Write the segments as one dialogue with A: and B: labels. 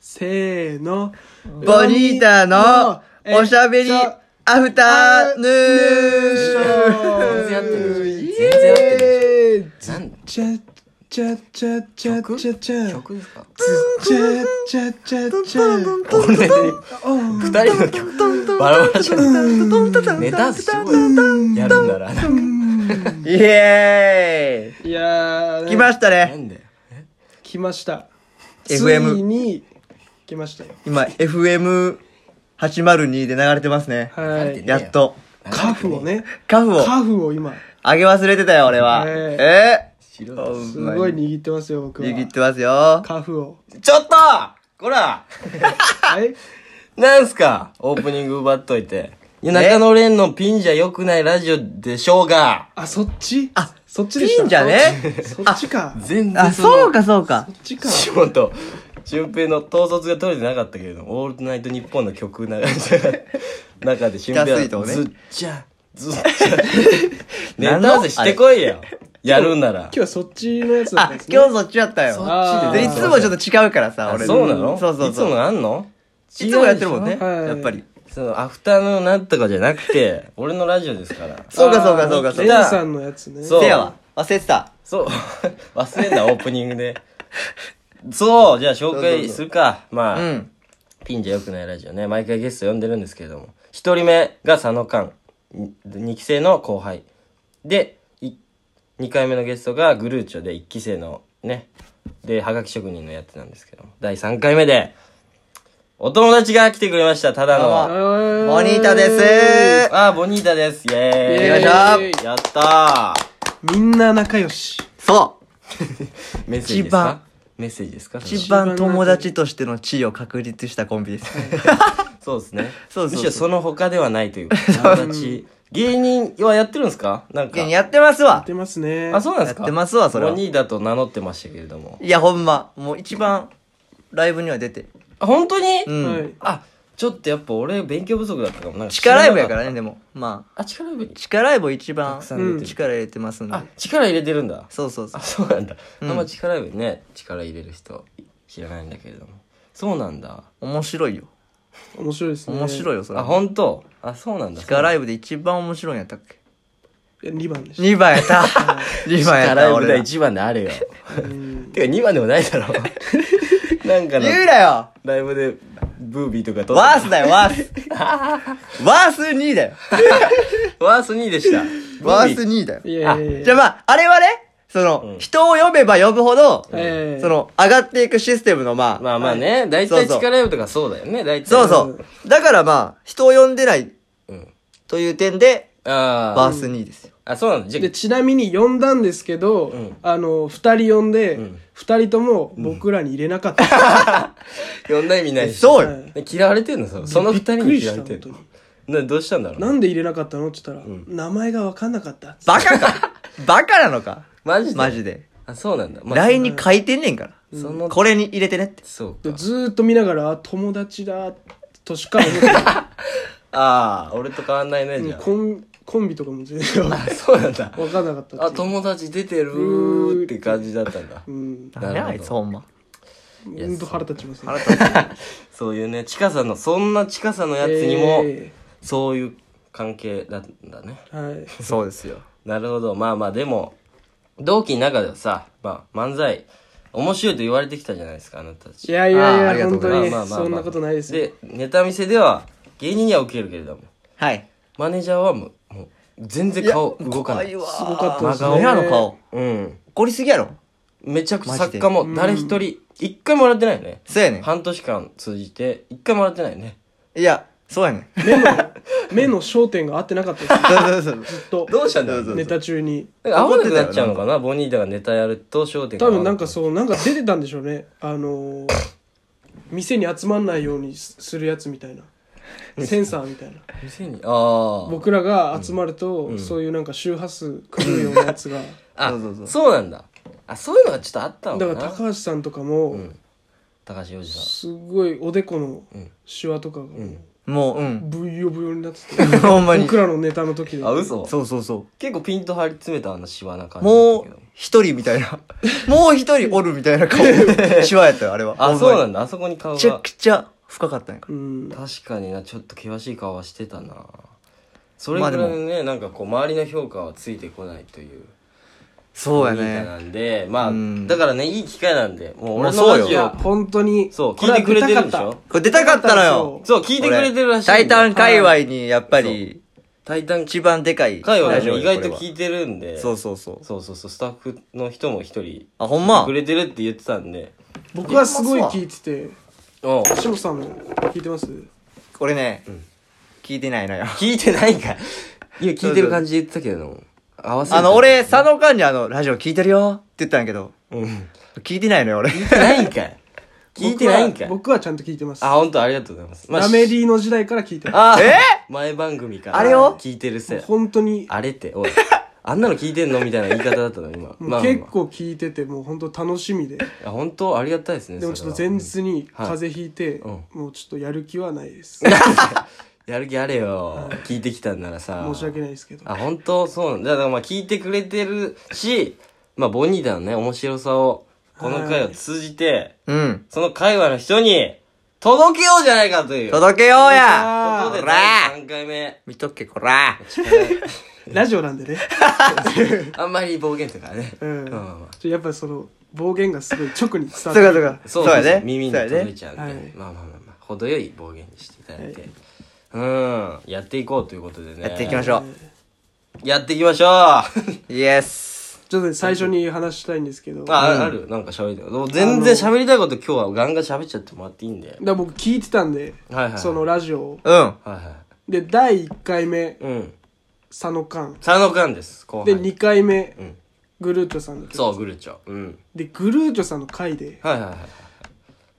A: せーの。
B: ボニータのおしゃべりアフターヌ
C: 全然合って
B: ー
C: る
B: ン
C: 全然合ってるなん
A: ちゃちゃちゃちゃちゃちゃ。
C: 曲ですか
A: ちゃちゃちゃちゃ。
C: これ二人の曲バラバラじゃんネタすごいやるんだななんか
B: イエ
A: いや
B: ー
A: ー、
B: イ来ました
C: な
B: ね
C: んだよ
A: 来ました。
B: FM
A: ついに来ましたよ。
B: 今 FM802 で流れてますね
A: は
C: て
A: い。
C: ね
B: やっと
A: カフをね。
B: カフを
A: カフを今、
B: 上げ忘れてたよ俺は
A: ね
B: え
C: 白だ
B: ー
A: すごい握ってますよ、僕は。
B: 握ってますよ
A: カフを。
C: ちょっとこら
A: はい。
C: なんすかオープニング奪っといて。いや、中野蓮のピンじゃ良くないラジオでしょうが。
A: あ、そっち
B: あ
A: そっちでした。
B: ピンじゃね
A: そっちか。そっ
C: 全
B: あ
C: 然
B: そう
C: か。
B: かそうか
A: ちか。
C: 岸本、俊平の統率が取れてなかったけれども、オールナイトニッポンの曲流して、中で俊
B: ガスイー
C: 平
B: トを
C: は
B: ね
C: ずっちゃ、ずっちゃ、ネタ合わせしてこいよ。やるんなら
A: 今日。はそっちのやつだった
B: あ
A: んですね。
B: 今日そっちやった
C: そ
B: よ
C: っち
B: で
C: で
B: い
A: あー
B: つもちょっと違うからさ
C: あ
B: 俺
C: そうなの
B: そうそう
C: いつ
B: そ
C: も
B: う
C: のあんの
B: いつもやってるもんね
A: 違うでしょはい
B: やっぱり
C: その、アフタヌーンなんとかじゃなくて、俺のラジオですから。
B: そうかそうかそうかそう
A: レ
B: か
A: イさんのやつね。
C: そう
B: せやわ忘れてた
C: そう。 忘れんな、オープニングで。そう、じゃあ紹介するか。まあ、
B: うん
C: ピンじゃ良くないラジオね。毎回ゲスト呼んでるんですけれども。一人目が佐野寛。二期生の後輩。で、い二回目のゲストがグルーチョで一期生のね。で、はがき職人のやつなんですけども。第三回目で、お友達が来てくれました、ただ
B: どうも
C: の。
A: ー
B: モニータです
C: あー、ボニータです。イェーイ。
B: よいしょ
C: やったー。
A: みんな仲良し。
B: そう
C: メッセージです
B: 一番
C: かメッセージですかそれは
B: 一番友達としての地位を確立したコンビです
C: そうですね。
B: そうそうそう
C: むしろその他ではないという。 友達。芸人はやってるんですかなんか。
B: いややってますわ
A: やってますね。
C: あ、そうなんですか
B: やってますわそれは
C: モニーだと名乗ってましたけれども。
B: いやほんまもう一番ライブには出て
C: あ、本当に
B: うん、
A: はい。
C: あ、ちょっとやっぱ俺勉強不足だったか も。なんか
B: 地下ライブやから
C: 知
B: ねでもまあ
C: なかった。あ、地下ライブに。
B: 地下ライブを一番
C: たくさん出てる
B: うん力入れてますんで
C: あ、力入れてるんだ。
B: そうそうそ
C: あ、
B: う
C: そうなんだ。
B: うん
C: あんま地下ライブにね、力入れる人知らないんだけれども。そうなんだ。
B: 面白いよ
A: 面白いですね。
B: 面白いよそれ
C: あ、本当あ、そうなんだ。
B: 地下ラ
C: イ
B: イブで一番面白いんやったっけ
A: いや。2番でし
B: 2番やった 2
C: 地
B: 番や
C: 下
B: った
C: ライブだ
B: 俺ら
C: 一番で あれよ。
A: た。うん
C: てか2番でもないだろ。なんかの
B: 言うなよ
C: ライブでブービーとか撮
B: ワー
C: っ
B: スだよワース ワース2だよ
C: てワース2でした。
B: ワース
C: ブービ
B: 2だよ
A: いやいやいや
B: あじゃあまああれはねその、
C: うん
B: 人を呼べば呼ぶほど、
A: ええ
B: その上がっていくシステムのまあ、
C: まあまあね、大
B: そう
C: 体
B: そう
C: 地下ライブとかそうだよね、大体。
B: そうそうだからまあ人を呼んでない
C: うん。
B: という点で
C: あ
B: バース2ですよ、
C: あ、あ、そうなんだ。じゃ
A: でちなみに呼んだんですけど、
C: ん
A: あの2人呼んで、
C: ん
A: 2人とも僕らに入れなかった、
C: あ、呼んだ意味ないし。
B: そうよ、
A: はい
C: で嫌われてんのそのその二人
A: びっく
C: に
A: り
C: 嫌
A: し
C: わ
A: た
C: れてん
A: 本
C: のなどうしたんだろう
A: なんで入れなかったのって言ったら、名前が分かんなかったっつって
B: バカ かバカなのか
C: マジで
B: マジで
C: あ、そうなんだ。まあ
B: LINE に書いてんねんから、
C: その、
B: これに入れてねって
C: そうか
A: で。ずーっと見ながらあ友達だとしか思ってない
C: ああ、俺と変わんない ね、じ
A: うん
C: ゃ
A: コンコンビとかも全然
C: あ。あ、そうなんだ。
A: 分かんなかったっていう
C: あ、友達出てるーって感じだったんだ
A: う。ん
C: なるほ
B: 何
C: ど
B: やあいつほん ま
A: ほんと腹立ちますね
C: そういうね、近さの、そんな近さのやつにも、
A: え
C: そういう関係だんだね。
A: ーはい
B: そうですよ
C: なるほど。まあまあ、でも、同期の中ではさ、まあ、漫才、面白いと言われてきたじゃないですか、あなたたち。
A: いやいや
B: あーあ
A: い
B: り
A: や
B: がと
A: 本
B: うござ
A: 当
B: い
A: に
C: まあまあまあまあ
A: そんなことないですよ
C: で、ネタ見せでは、芸人には受けるけれども、
B: はい
C: マネージャーはもう、もう全然顔動かない。
B: わ
A: すごかったですね
B: 真顔やろ顔
C: うん。
B: 怒りすぎやろ
C: めちゃくちゃ
B: マジで
C: 作家も誰一人、一回もらってないよね。
B: そうやねん
C: 半年間通じて、一回もらってないよね。
B: いやそうやねん
A: 目の目の焦点が合ってなかったです
B: そうそうそう
A: ずっと
C: どうしたんだ
B: どうぞ
C: ろ
A: ネタ中に
C: う。合わなくなっちゃうのかな、ボニータがネタやると焦点が
A: 多
C: 合わ
A: 分なん
C: く
A: かそうなんか出てたんでしょうねあのー、店に集まんないようにすするやつみたいなセンサーみたいな
C: 店に、ああ。
A: 僕らが集まると、そういうなんか周波数狂うようなやつが
C: あ
B: そうそうそう
C: なんだあそういうのがちょっとあったのか
A: だ
C: な
A: から高橋さんとかも、
C: ん高橋洋二さん
A: すごいおでこのシワとかが、
B: もう、うん。
A: ブヨブヨになってて
B: ほんまに
A: 僕。らのネタの時で
C: あ、嘘
B: そうそうそ
C: 結構ピンと張り詰めたあのシワな感
B: う。
C: じだっ
B: も
C: たけど
B: う、一人みたいな。 もう一人おるみたいな顔。 シワやったよ、あれは。
C: あ、そうなん
B: だ。
C: だ。あそこに顔
B: め
C: が。
B: ちゃく
C: 確
B: ちゃ深かったんやか
A: うん
C: かにな、ちょっと険しい顔はしてたな。それぐらい
B: まあ
C: の
B: で
C: ね、なんかこう、周りの評価はついてこないという。
B: ら。そうや
C: 文化
B: ね。
C: なんで、まあ
B: うん、
C: だからね、いい機会なんで、もう
B: まあ
C: 俺の
B: そう
C: ラ
B: よ
A: い
C: ジ
A: や
C: オ、
A: 本当に
C: そう、聞いてくれてる
A: これは
C: でし
A: 出たか
C: ょ
A: っ
B: これ出たかったのよ
A: そ。
C: そう、聞いてくれてるらしいんだ
B: タ
C: よ。
B: イタン界隈に、やっぱり、
C: タイタン
B: 一番でかい
C: 会話
B: ラ
C: で
B: ジオ
C: も
B: よ。
C: 意外と
B: これは
C: 聞いてるんで、
B: そうそうそう。
C: そうそうそう、スタッフの人も一人、
B: あ、ほんま
C: く。れてるって言ってたんで、
A: 僕はすごい聞いてて
C: うん。
A: 志保さんも聞いてます
B: 俺ね、聞いてないのよ。
C: 聞いてないんかい。いや、聞いてる感じで言ってたけども。合わせて
B: あの、、俺、佐野間にあの、ラジオ聞いてるよって言ったんやけど、
C: うん。聞
B: 聞いてないのよ、俺。
C: いてないんかい。聞いてないんか。
A: 僕はい僕はちゃんと聞いてます
C: あ、本当ありがとうございます。
A: ラメリーの時代から聞いてま
C: あー
B: え
C: 前番組から。
B: あれを
C: 聞いてるせい
A: す。本当に
C: あれって、おい。あんなの聞いてんのみたいな言い方だったの、 今。
A: もう結構聞いててもう本当楽しみで
C: あ本当ありがたいですね。
A: でもちょっと
C: それ
A: 前
C: は
A: 日に風邪ひいて
C: うん
A: もうちょっとやる気はないです
C: やる気あれよ。聞いてきたんならさ。
A: 申し訳ないですけど
C: あ、本当そうなんだ。だからまあ聞いてくれてるし、まあボニーダのね、面白さを、この回を通じて、
B: うん。
C: その界隈の人に、届けようじゃないかという。
B: 届けようや
C: ことで、
B: こら
C: 第3回目。
B: 見とけ、こら
A: ラジオなんで ね
C: あんまり暴言とかね。
A: うん
C: まあまあまあ
A: ちょやっぱりその暴言がすごい直に伝
B: そ
A: わ
B: う
A: って
B: か、
A: く
B: そう
A: る
B: か。や
C: そうそうそう
B: ね。
C: 耳に
B: そうや
C: 届い
B: ね。
C: ちゃうんで、
A: はい
C: まあまあまあまあ程よい暴言にしていただいて、
A: は
C: うんやっていこうということでね
B: やっていきましょ
C: うやっていきましょう
B: う。イエス。
A: ちょっとね最初に話したいんですけどだか
C: あ、あるなんか喋りたいこと全然喋りたいこと今日はガンガン喋っちゃってもらっていいんで
A: ら僕聞いてたんで
C: はいはい
A: そのラジオを
B: うん。
C: はいは
A: で第1回目
C: いうん
A: 佐野寛
C: 佐野勘です後
A: で
C: 輩
A: 2回目
C: ん
A: グルーチョさんだけど
C: そうグルチョうん
A: でグルーチョさんの回で
C: はいはいはいはい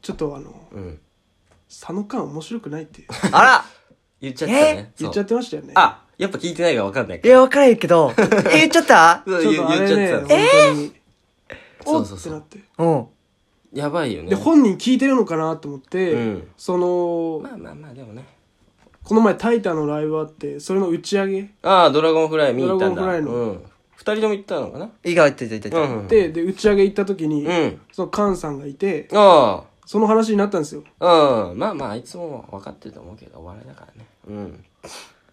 A: ちょっとあの
C: うん
A: 佐野寛面白くないって
B: あら
C: 言っちゃったね
A: 言っちゃ
C: っ
A: ってましたよね
C: あやっぱ聞いてないから分かんない
B: い
C: から
B: や、わからへんけど。え、言っちゃった
C: そう
A: ちょっ
C: 言
A: とあ
C: 言っち
A: れ
C: ゃって
A: ね
C: た
A: 本
C: んです
A: 当に
C: そ
A: お
C: う
A: っ
C: そう
A: って
C: そ
A: なっ
C: う
A: て
B: うん。
C: やばいよね
A: で本人聞いてるのかなと思って、
C: うん
A: その
C: まあまあまあでもね
A: この前タイタンのライブあってそれの打ち上げ
C: ああ、ドラゴンフライ見に行ったんだ。
A: ドラゴンフライの
C: うん。二人とも行ったのかない
B: いか、言ってた、言ってた。
C: うんうん。
A: でで打ち上げ行った時に、
C: うん。
A: そのカンさんがいて
C: あ
A: その話になったんですよ
C: あ。うん。まあまあ、あいつも分かってると思うけど、お笑いだからね。うん。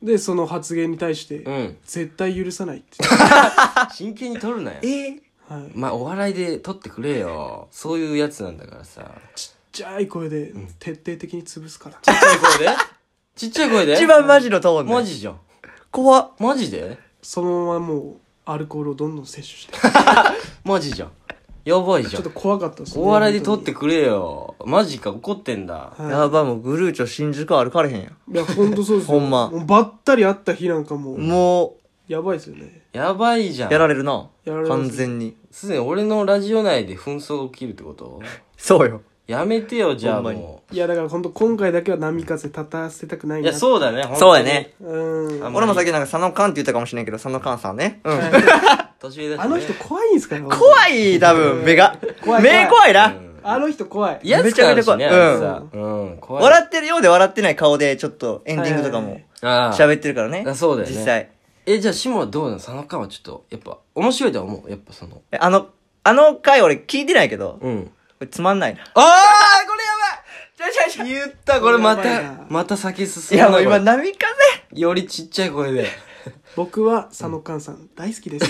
A: でその発言に対して、
C: うん。
A: 絶対許さないって、
C: 真剣に撮るなよ
B: え。ー
A: はい、
C: まあ、お笑いで撮ってくれよ。そういうやつなんだからさ。
A: ちっちゃい声で徹底的に潰すから、
C: ちっちゃい 声でちっちゃい声で
B: 一番マジのトーンね。
C: マジじゃん。
B: 怖っ。
C: マジで
A: そのままもうアルコールをどんどん摂取して
C: マジじゃん。やばいじ
A: ち
C: ゃ
A: ょっと
C: ん。
A: 怖かったですね
C: お笑いで撮っ
A: 本
C: てくれよ。マジか、怒ってんだ。
A: はい
B: やばい、もうグルーチョ新宿歩かれへんやん。
A: 当にいや本当そうですよ
B: ほんま
A: もうばったり会った日なんかもう
B: も
A: やばいですよね
C: やばいじゃ
B: う、やら
C: ん。
B: れるな。
A: やられます
B: 完全に。
C: すでに俺のラジオ内で紛争が起きるってこと
B: そうよ。
C: やめてよ、じゃあ
B: ほんまに
C: もう。
A: いやだから本当今回だけは波風立たせたくない
C: い
A: な
C: や、そうだね。
B: そうやね
A: うー
C: あ
A: ん
B: 俺もさっきなんか佐野勘って言ったかもしれんけど、佐野勘さんね。うん。
C: 本当に。年上だし、ね。
A: あの人怖いんすかね
B: 怖い、多分、目が。
A: 怖い怖い
B: 目怖いな。
A: あの人怖い
C: いやつからしね、
B: めちゃめち
A: ゃ
C: あいつはうん。怖い。
B: 笑ってるようで笑ってない顔で、ちょっとエンディングとか
A: はい
B: も
C: ああ。
B: 喋ってるからね。
C: あそうだよね
B: 実際。
C: え、じゃあ、シモはどうなの佐野間はちょっと、やっぱ、面白いとは思う。やっぱその。
B: えあの、あの回俺聞いてないけど、こ
C: うん。
B: れつまんないな。
C: ああこれやばいちょいちょいちょい言ったこれま
A: やばい
C: た
A: な、
C: また先進
B: い
C: む
B: や、も
C: な
B: う今、
C: こ
B: 波風
C: れよりちっちゃい声で。
A: 僕は佐野寛さん大好きです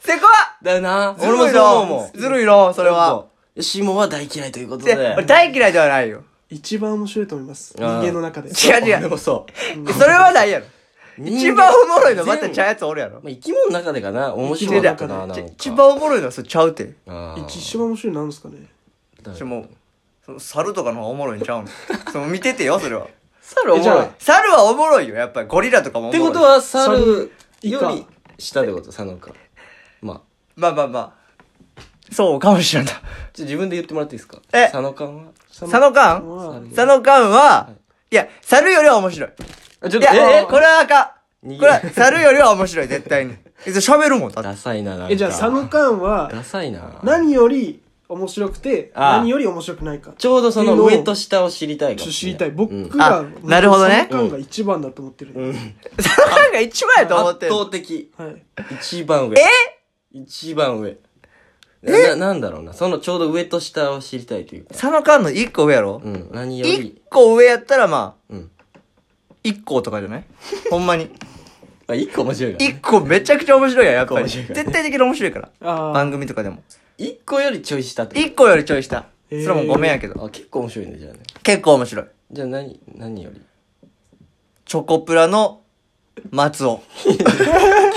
B: せこわ
C: だよな。
B: ず
C: 俺も
B: るい
C: そう思
B: な
C: う。
B: ずるいな、それは。。
C: シモは大嫌いということ
B: で
C: で。
B: 俺大嫌いではないよ。
A: 一番面白いと思います
C: あ
A: 人
C: ー
A: 間の中で
B: 違う違
C: 俺
B: う。
C: もそ
B: それはないやろ。
C: う。
B: 一番おもろいのまた
C: 全部
B: ちゃうやつおるやろ
C: ま。あ生き物の中でかな。面白い
B: 違う
C: か
B: 違う
C: な。なんか
B: ち一。番おもろいのはそれちゃうて。
C: あー
A: 一番面白いのなんですかね
B: しもう、その猿とかの方がおもろいんちゃ うんその見ててよ、それは。
C: 猿おも
A: えじ
C: ろい
A: ゃ。
B: 猿はおもろいよ、やっぱり。ゴリラとかもおも
C: って
B: ろい。
C: ことは猿よ
A: 猿以下
C: り下ってこと佐野かま
B: まあまあまあ。そうかもしれんな。
C: あちょ自分で言ってもらっていいですか
B: え
C: 佐野感は
A: 佐
B: 佐野
A: さん
B: 勘
A: は
B: 佐野勘は、いや、猿よりは面白い。
C: あちょっ
B: い
C: と
B: や、
C: え
B: えこれはあかん。
C: 逃げ
B: これは、猿よりは面白い、 絶対に。え、喋るもん、だって。
C: ダサいななんか
A: えじゃあ佐野寛は
C: ダサいな
A: 何より面白くて、
C: ああ
A: 何より面白くないか。
C: ちょうどその上と下を知りたいか
A: ちょっ
C: も
A: と
C: し
A: 知
C: れ
A: り
C: な
A: た
C: い
A: い。僕
B: う
A: ら、
B: んあなるほどね
A: その感が一番だと思ってる。
C: うん
B: その感が一番やと思って
C: 圧
B: る。
C: 倒的
A: はい。
C: 一番上え一番上ななんだろうなそのちょうど上と下を知りたいというか
B: 佐野缶の一個上やろ
C: うん何よ
B: 一
C: り
B: 個上やったらまあ、
C: うん
B: 一個とかじゃない ほんまに。
C: まあ一個面白いから
B: 一
C: ね
B: 個めちゃくちゃ面白いやん、やっぱり。
C: 一個面白いからね
B: 絶対的に面白いから。
A: ああ。
B: 番組とかでも。
C: 一個よりちょい下って
B: 一個よりちょい下。そ
A: へー
B: れもごめんやけど。
C: あ結構面白いねじゃあね
B: 結構面白い。
C: じゃあ何何より
B: チョコプラの松尾。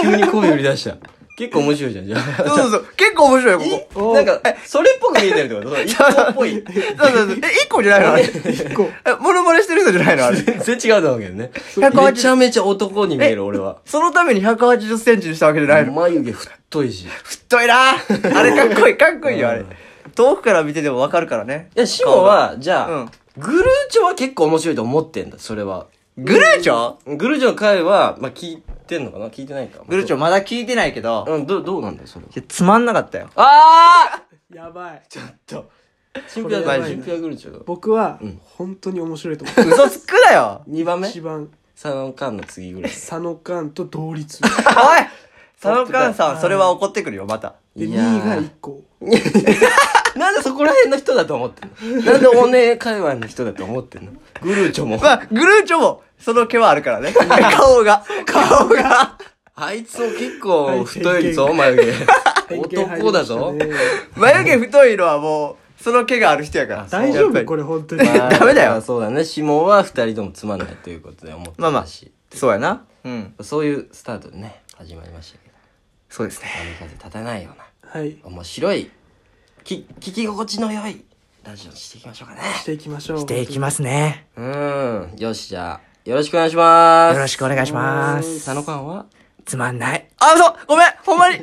C: 急に声売り出した結構面白いじゃんじゃあ
B: そうそうそう。結構面白いよ、ここ。
C: なんかそれっぽく見えてるって こと一個っぽい
B: そうそうそう。え、一個じゃないのあれ。
A: 一個。
B: えモノマネしてる人じゃないのあれ。
C: 全然違うと思うけどね
B: 180
C: めちゃめちゃ男に見える俺は
B: そのために180センチにしたわけじゃないの。
C: 眉毛太いしい
B: 太いなあれかっこいい、かっこいいよ、あれ
C: うん。
B: 遠くから見ててもわかるからね。
C: やシモはじゃあ、
B: うん
C: グルーチョは結構面白いと思ってんだそれは
B: グルーチョ
C: グルーチョの回はまあ聞いてんのかな聞いてないか
B: グルーチョまだ聞いてないけど、
C: うんどどうなんだよそれ
B: いやつまんなかったよ。
C: ああ
A: やばい。
C: ちょっとチン
A: こ
C: ピ
A: れ
C: ア
A: やばい
C: だ
A: な
C: チンピアグルーチョだ
A: 僕は
C: うん、
A: 本当に面白いと思う。
B: 嘘つくな よ
C: 2番目
A: 一番、
C: サノンカンの次ぐらい
A: 佐野勘と同率。
B: おい佐野寛さん、それは怒ってくるよ、また。
A: で、
C: い
A: 2
C: やー
A: 位が1個。
C: なんでそこら辺の人だと思ってんのなんでおねえ界隈の人だと思ってんのグルーチョも。
B: まあ、グルーチョも、その毛はあるからね。 顔が、顔が。
C: あいつも結構太いぞ、眉毛。
A: 偏見入り
C: 男だ
A: ました
C: ぞ。
A: ね
B: 眉毛太いのはもう、その毛がある人やから。
A: 大丈
B: やっぱ
A: 夫
B: り
A: これ本当に。
C: まあ
B: ダメだよ
C: そうだね。指紋は二人ともつまんないということで思って
B: まあま
C: た
B: あ
C: し。、
B: そうやな。うん。
C: そういうスタートでね、始まりましたけど。
B: そうですね。
C: 波風立たないような、
A: はい。
C: 面白い、き、聞き心地の良いラジオにしていきましょうかね。
A: していきましょう。
B: していきますね。
C: うーん。よし、じゃあ、よろしくお願いします。
B: よろしくお願いします。
C: 佐野館は
B: つまんない。あ、嘘ごめんほんまに